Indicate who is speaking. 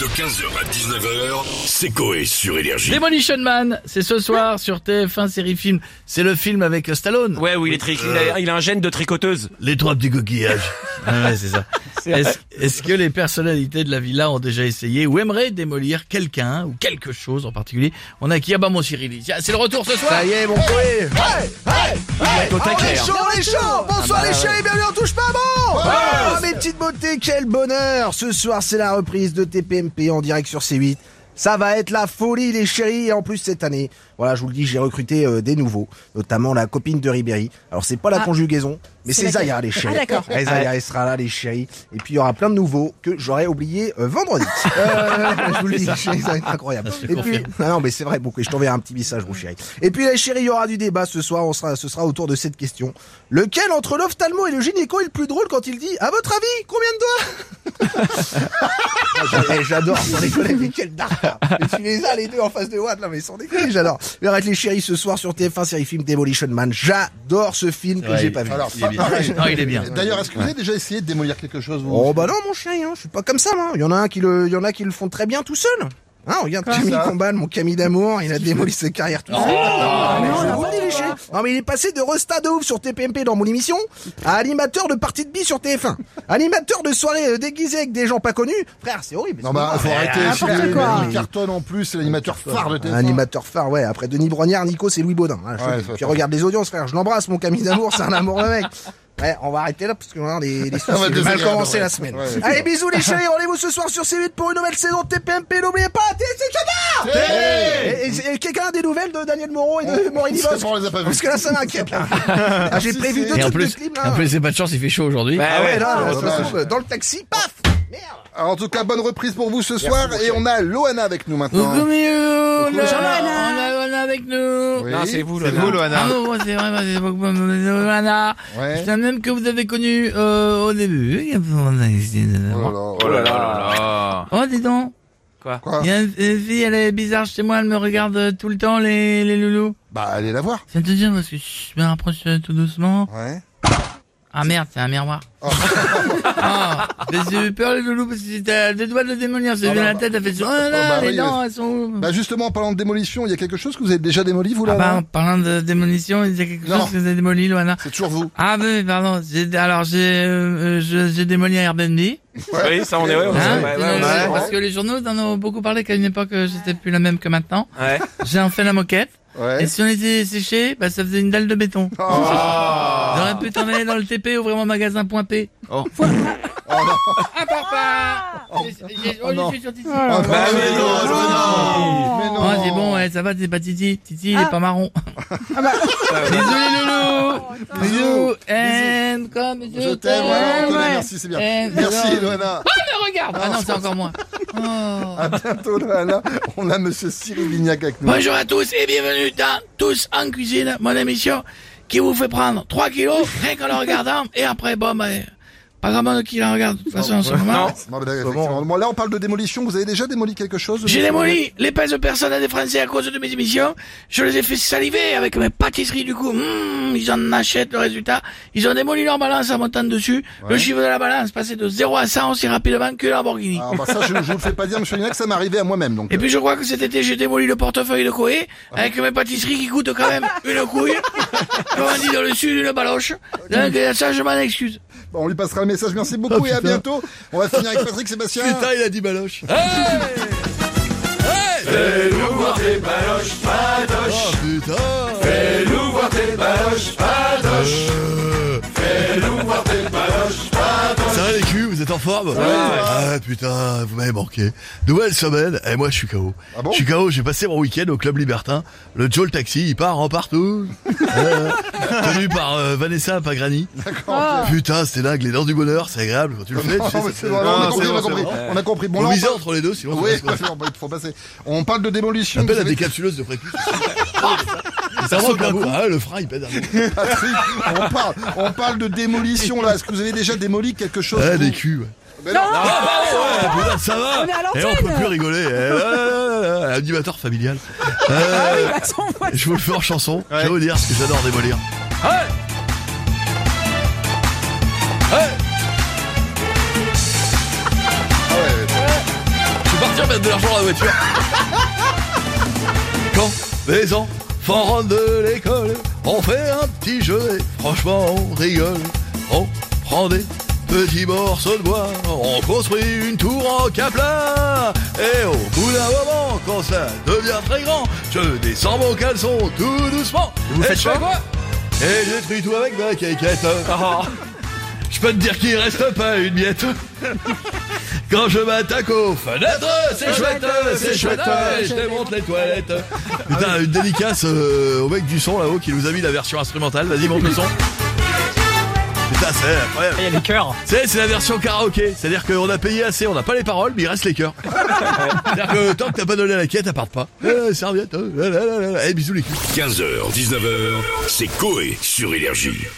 Speaker 1: De 15h à 19h, c'est Coé sur Énergie.
Speaker 2: Demolition Man, c'est ce soir sur TF1 série film. C'est le film avec euh, Stallone.
Speaker 3: Ouais, oui, Euh. il, est tri- il a, il a un gène de tricoteuse.
Speaker 2: Les trois petits coquillages. Ah ouais, c'est ça. Est-ce est-ce que les personnalités de la villa ont déjà essayé ou aimeraient démolir quelqu'un ou quelque chose en particulier On a qui Ah bah mon Cyril. Tiens, C'est le retour ce soir.
Speaker 4: Ça y est, mon Coé
Speaker 3: Au
Speaker 4: On
Speaker 3: taquet,
Speaker 4: est
Speaker 3: hein.
Speaker 4: chaud, on est chaud Bonsoir les chéris, bienvenue en Touche pas bon Oh, mes petites beautés, quel bonheur Ce soir, c'est la reprise de TPMP en direct sur C8. Ça va être la folie les chéris et en plus cette année, voilà je vous le dis, j'ai recruté euh, des nouveaux, notamment la copine de Ribéry. Alors c'est pas la conjugaison, mais c'est Zaya les chéris.
Speaker 5: d'accord.
Speaker 4: Ouais, Zaya elle sera là les chéris. Et puis il y aura plein de nouveaux que j'aurais oublié euh, vendredi. Euh, je vous le dis, ça va être incroyable.
Speaker 2: Je te
Speaker 4: Et puis, ah non, mais c'est vrai, beaucoup. Je t'enverrai un petit message, mon chéri. Et puis, les chéris, il y aura du débat ce soir. On sera, ce sera autour de cette question. Lequel entre l'ophtalmo et le gynéco est le plus drôle quand il dit, à votre avis, combien de doigts? Eh, Ah, J'adore, sans déconner, mais quel dard! Tu les as, les deux, en face de Watt, là, mais sans déconner, j'adore. Mais arrête les chéris ce soir sur TF1 série film Demolition Man. J'adore ce film que
Speaker 2: Ouais,
Speaker 4: j'ai pas vu.
Speaker 6: Alors,
Speaker 2: Il est
Speaker 6: pas
Speaker 2: bien.
Speaker 6: pareil.
Speaker 2: Non, il est bien.
Speaker 6: D'ailleurs, est-ce que vous avez déjà essayé de démolir quelque chose vous
Speaker 4: Oh bah non mon chéri, hein, je suis pas comme ça moi. Il y en a un qui le, il y en a qui le font très bien tout seul. Hein, regarde Camille Combal, mon Camille d'amour, il a démoli sa carrière tout seul. Ah, mais je vous le dis, les chéris. non mais il est passé de resta de ouf sur TPMP dans mon émission à animateur de partie de billes sur TF1, animateur de soirée euh, déguisée avec des gens pas connus. Frère, c'est horrible. ah,
Speaker 6: Non, bah, faut arrêter. c'est
Speaker 4: n'importe
Speaker 6: le-
Speaker 4: quoi.
Speaker 6: Il cartonne en plus, c'est l'animateur phare de
Speaker 4: Un
Speaker 6: TF1.
Speaker 4: animateur phare, ouais. Après Denis Brognard, Nico, c'est Louis Baudin. hein, je te
Speaker 6: Ouais,
Speaker 4: le dis.
Speaker 6: ça,
Speaker 4: Puis
Speaker 6: ça.
Speaker 4: regarde les audiences, frère. Je l'embrasse, mon Camille d'amour, c'est un amour le mec. Ouais, on va arrêter là parce qu'on a des, des soucis.
Speaker 6: Ah ouais,
Speaker 4: J'ai mal
Speaker 6: désolé,
Speaker 4: commencé
Speaker 6: ouais.
Speaker 4: la semaine.
Speaker 6: Ouais.
Speaker 4: Allez, bisous les chéris. Rendez-vous ce soir sur C8 pour une nouvelle saison de TPMP. N'oubliez pas, t'es c'est Qatar Et- et- et Quelqu'un a des nouvelles de Daniel Moreau et de Maureen
Speaker 6: Oh, C'est
Speaker 4: Bosch
Speaker 6: bon, on les a pas vus.
Speaker 4: Parce que là, ça m'inquiète. là. Ah, J'ai
Speaker 6: Si,
Speaker 4: prévu
Speaker 6: si.
Speaker 4: deux
Speaker 2: Et en
Speaker 4: trucs
Speaker 2: plus,
Speaker 4: de clip
Speaker 2: en
Speaker 4: là.
Speaker 2: plus c'est pas de chance, il fait chaud aujourd'hui.
Speaker 3: Bah
Speaker 4: Ah ouais,
Speaker 3: ouais.
Speaker 4: là,
Speaker 6: Ah,
Speaker 4: ça se
Speaker 6: dommage.
Speaker 4: trouve, dans le taxi, paf
Speaker 6: Alors, en tout cas, bonne reprise pour vous ce soir. Et on a Loana avec nous maintenant.
Speaker 2: Coucou, Miou, on a-
Speaker 5: Bonjour, Loana.
Speaker 2: on a Loana avec nous.
Speaker 6: Oui.
Speaker 3: Non, c'est vous, Loana.
Speaker 2: Ah bon, moi, c'est vrai, moi, c'est beaucoup- Loana.
Speaker 6: Ouais.
Speaker 2: C'est un même que vous avez connu euh, au début.
Speaker 6: Oh là là, oh là là.
Speaker 2: Oh, dis donc.
Speaker 3: Quoi
Speaker 6: Quoi
Speaker 2: Il y a une une fille, elle est bizarre chez moi, elle me regarde euh, tout le temps, les, les loulous.
Speaker 6: Bah, allez la voir.
Speaker 2: Je viens de te dire parce que je me rapproche euh, tout doucement.
Speaker 6: Ouais.
Speaker 2: Ah merde, c'est un miroir.
Speaker 6: Oh.
Speaker 2: Ah, mais j'ai eu peur, les loulous, parce que j'étais à deux doigts de le démolir. J'ai
Speaker 6: Ah
Speaker 2: vu
Speaker 6: bah,
Speaker 2: la
Speaker 6: bah.
Speaker 2: tête, elle fait genre, oh là là,
Speaker 6: bah
Speaker 2: les
Speaker 6: oui,
Speaker 2: dents,
Speaker 6: oui.
Speaker 2: elles sont où
Speaker 6: Bah, justement, en parlant de démolition, il y a quelque chose que vous avez déjà démoli, vous,
Speaker 2: Ah bah,
Speaker 6: là
Speaker 2: en parlant de démolition, il y a quelque
Speaker 6: Non.
Speaker 2: chose que vous avez démoli, Loana.
Speaker 6: C'est toujours vous.
Speaker 2: Ah oui, pardon. J'ai- Alors, j'ai euh, euh, je- j'ai démoli un Airbnb.
Speaker 3: Oui, ça, on est, ouais, on
Speaker 2: Hein,
Speaker 3: est- ouais,
Speaker 2: Non,
Speaker 3: ouais,
Speaker 2: non,
Speaker 3: ouais.
Speaker 2: Parce que les journaux en ont beaucoup parlé qu'à une époque, euh, j'étais plus la même que maintenant.
Speaker 3: Ouais.
Speaker 2: J'ai en fait la moquette.
Speaker 6: Ouais. Oh.
Speaker 2: Et si on était séché, bah, ça faisait une dalle de béton. J'aurais pu t'emmener dans le TP, ouvrir mon magasin point P.
Speaker 6: Oh.
Speaker 2: Voilà. Ah, papa J'ai- j'ai- oh, je suis sur Titi.
Speaker 6: Ah,
Speaker 3: Bah, mais
Speaker 6: mais
Speaker 3: non,
Speaker 6: non, Ah bah. mais
Speaker 2: Oh, c'est bon,
Speaker 6: non.
Speaker 2: ouais, ça va, c'est pas Titi. Titi, il est pas marron. Désolé, loulou Bisous And comme je,
Speaker 6: Je t'aime, voilà, on connaît, merci, c'est bien.
Speaker 2: Eh,
Speaker 6: Merci, Oh,
Speaker 2: alors.
Speaker 6: Loana.
Speaker 2: Mais regarde Ah non, c'est encore moi. Oh.
Speaker 6: À bientôt, Loana. On a monsieur Cyril Lignac avec nous.
Speaker 2: Bonjour à tous et bienvenue dans Tous en cuisine, mon émission qui vous fait prendre 3 kilos rien qu'en le regardant et après, bon, bah, pas grand monde qui la regarde de toute façon en ce moment.
Speaker 6: Non, mais là, effectivement. Bon, là, on parle de démolition. Vous avez déjà démoli quelque chose
Speaker 2: J'ai
Speaker 6: monsieur
Speaker 2: démoli l'épaisse personnelle des Français à cause de mes émissions. Je les ai fait saliver avec mes pâtisseries du coup. Mmh, ils en achètent le résultat. Ils ont démoli leur balance en montant dessus. Le chiffre de la balance passait de 0 à 100 aussi rapidement que Lamborghini.
Speaker 6: Ah, bah, ça, je, je vous le fais pas dire, monsieur Lignac, ça m'est arrivé à moi-même. Donc,
Speaker 2: Et puis je crois que cet été j'ai démoli le portefeuille de Coé avec mes pâtisseries qui coûtent quand même une couille, comme on dit dans le sud, une baloche. Donc euh, ça je m'en excuse.
Speaker 6: euh, on lui passera le message. Merci beaucoup
Speaker 7: Ah,
Speaker 6: et à bientôt. On va finir avec Patrick Sébastien.
Speaker 2: il a dit baloche.
Speaker 7: Ça va les culs, vous êêtes en forme Ah putain, vous m'avez manqué. Nouvelle semaine, et moi je suis KO.
Speaker 6: Ah bon
Speaker 7: je suis KO, j'ai passé mon week-end au club libertin. Le Joe le taxi, il part en partout. Euh, tenu par euh, Vanessa Pagrani. Ah.
Speaker 5: Ah.
Speaker 7: Putain, c'était dingue, les dents du bonheur, c'est agréable quand tu le fais.
Speaker 6: Non,
Speaker 7: tu sais,
Speaker 6: mais
Speaker 7: ça
Speaker 6: c'est
Speaker 7: fait-
Speaker 6: bon, on a compris, on a
Speaker 7: Ah, c'est bon,
Speaker 6: compris.
Speaker 7: c'est
Speaker 6: On a compris. Bon,
Speaker 7: bon. On
Speaker 6: là, on
Speaker 7: misait
Speaker 6: parle-
Speaker 7: entre les deux, sinon
Speaker 6: Oui,
Speaker 7: ça passe pas.
Speaker 6: il faut passer. On parle de démolition.
Speaker 7: Appelle
Speaker 6: vous
Speaker 7: la
Speaker 6: savez,
Speaker 7: décapsuleuse de prépuce. Ça manque un coup. Ah, le frein, il pète un coup.
Speaker 6: Patrick, on parle, on parle de démolition là. Est-ce que vous avez déjà démoli quelque chose
Speaker 7: Ah,
Speaker 6: vous
Speaker 7: des culs, ouais.
Speaker 6: Mais non.
Speaker 7: Ah, putain, ça va
Speaker 5: On est à
Speaker 7: Et on peut
Speaker 5: l'antenne.
Speaker 7: plus rigoler. Eh, là, là, là, là, là, Animateur familial. Euh,
Speaker 5: Ah oui, bah, sans voix.
Speaker 7: Je vous le fais en chanson. Je vais vous dire ce que j'adore démolir.
Speaker 6: Ah ouais, ouais.
Speaker 2: Je suis parti
Speaker 7: partir mettre de l'argent dans la voiture. Quand les enfants rentrent de l'école, on fait un petit jeu et franchement on rigole. On prend des petits morceaux de bois, on construit une tour en capla. Et au bout d'un moment, quand ça devient très grand, je descends mon caleçon tout doucement.
Speaker 3: vous
Speaker 7: et
Speaker 3: faites
Speaker 7: je fais
Speaker 3: quoi Ah.
Speaker 7: quoi Et je détruis tout avec ma caquette. Je peux te dire qu'il reste pas une miette. Quand je m'attaque aux fenêtres, c'est chouette, c'est chouette, Ah et je démonte les toilettes. Putain, une dédicace euh, au mec du son là-haut qui nous a mis la version instrumentale. Vas-y, monte le son. Putain, c'est incroyable.
Speaker 5: Il y a les cœurs.
Speaker 7: C'est, c'est la version karaoké. C'est-à-dire qu'on a payé assez, on n'a pas les paroles, mais il reste les cœurs. C'est-à-dire que tant que t'as pas donné la quête, elle part pas. Euh, Eh, serviette, euh, là, là, là, là. Eh, bisous les culs.
Speaker 1: 15h, 19h, c'est Coé sur Énergie.